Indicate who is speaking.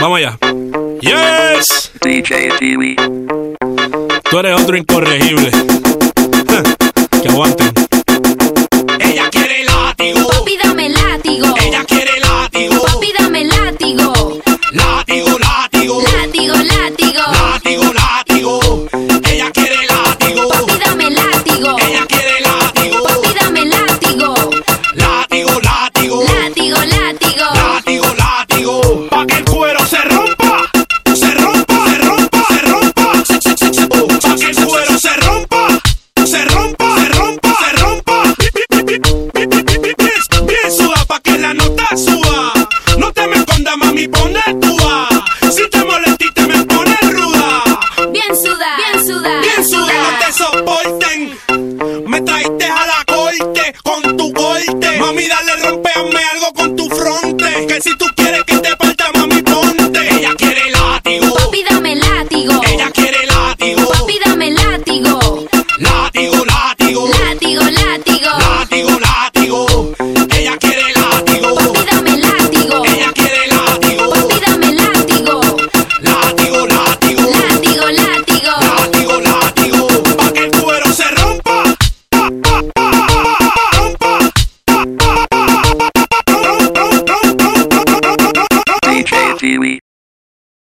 Speaker 1: Vamos allá. Yes.
Speaker 2: DJ Dewey.
Speaker 1: Tú eres otro incorregible. que aguanten.
Speaker 3: Ella quiere látigo.
Speaker 4: Papi, dame látigo.
Speaker 3: Ella quiere látigo.
Speaker 4: Papi, dame látigo.
Speaker 3: Látigo, látigo.
Speaker 4: Látigo, látigo.
Speaker 3: Látigo, látigo. Ella quiere látigo.
Speaker 4: Papi, dame látigo.
Speaker 3: Ella quiere látigo.
Speaker 4: Papi, dame látigo.
Speaker 3: Látigo, látigo.
Speaker 4: Látigo, látigo.
Speaker 3: Látigo, látigo. Pa' que el cuero se rompa. Se rompa, se rompa, se rompa. Se, se, se, se. Oh, Pa' que el cuero se rompa. Se rompa, se rompa, se rompa. Bien, bien, bien, bien, bien, bien suba pa' que la nota suba. No te me escondas, mami, pon la tuya. Si te molestiste, me pones ruda.
Speaker 4: Bien suda. Bien suda.
Speaker 3: Pienso que no te soporten. Me traíste a la corte con tu corte. Mami, dale, rompeame algo con tu fronte. Que si tú quieres.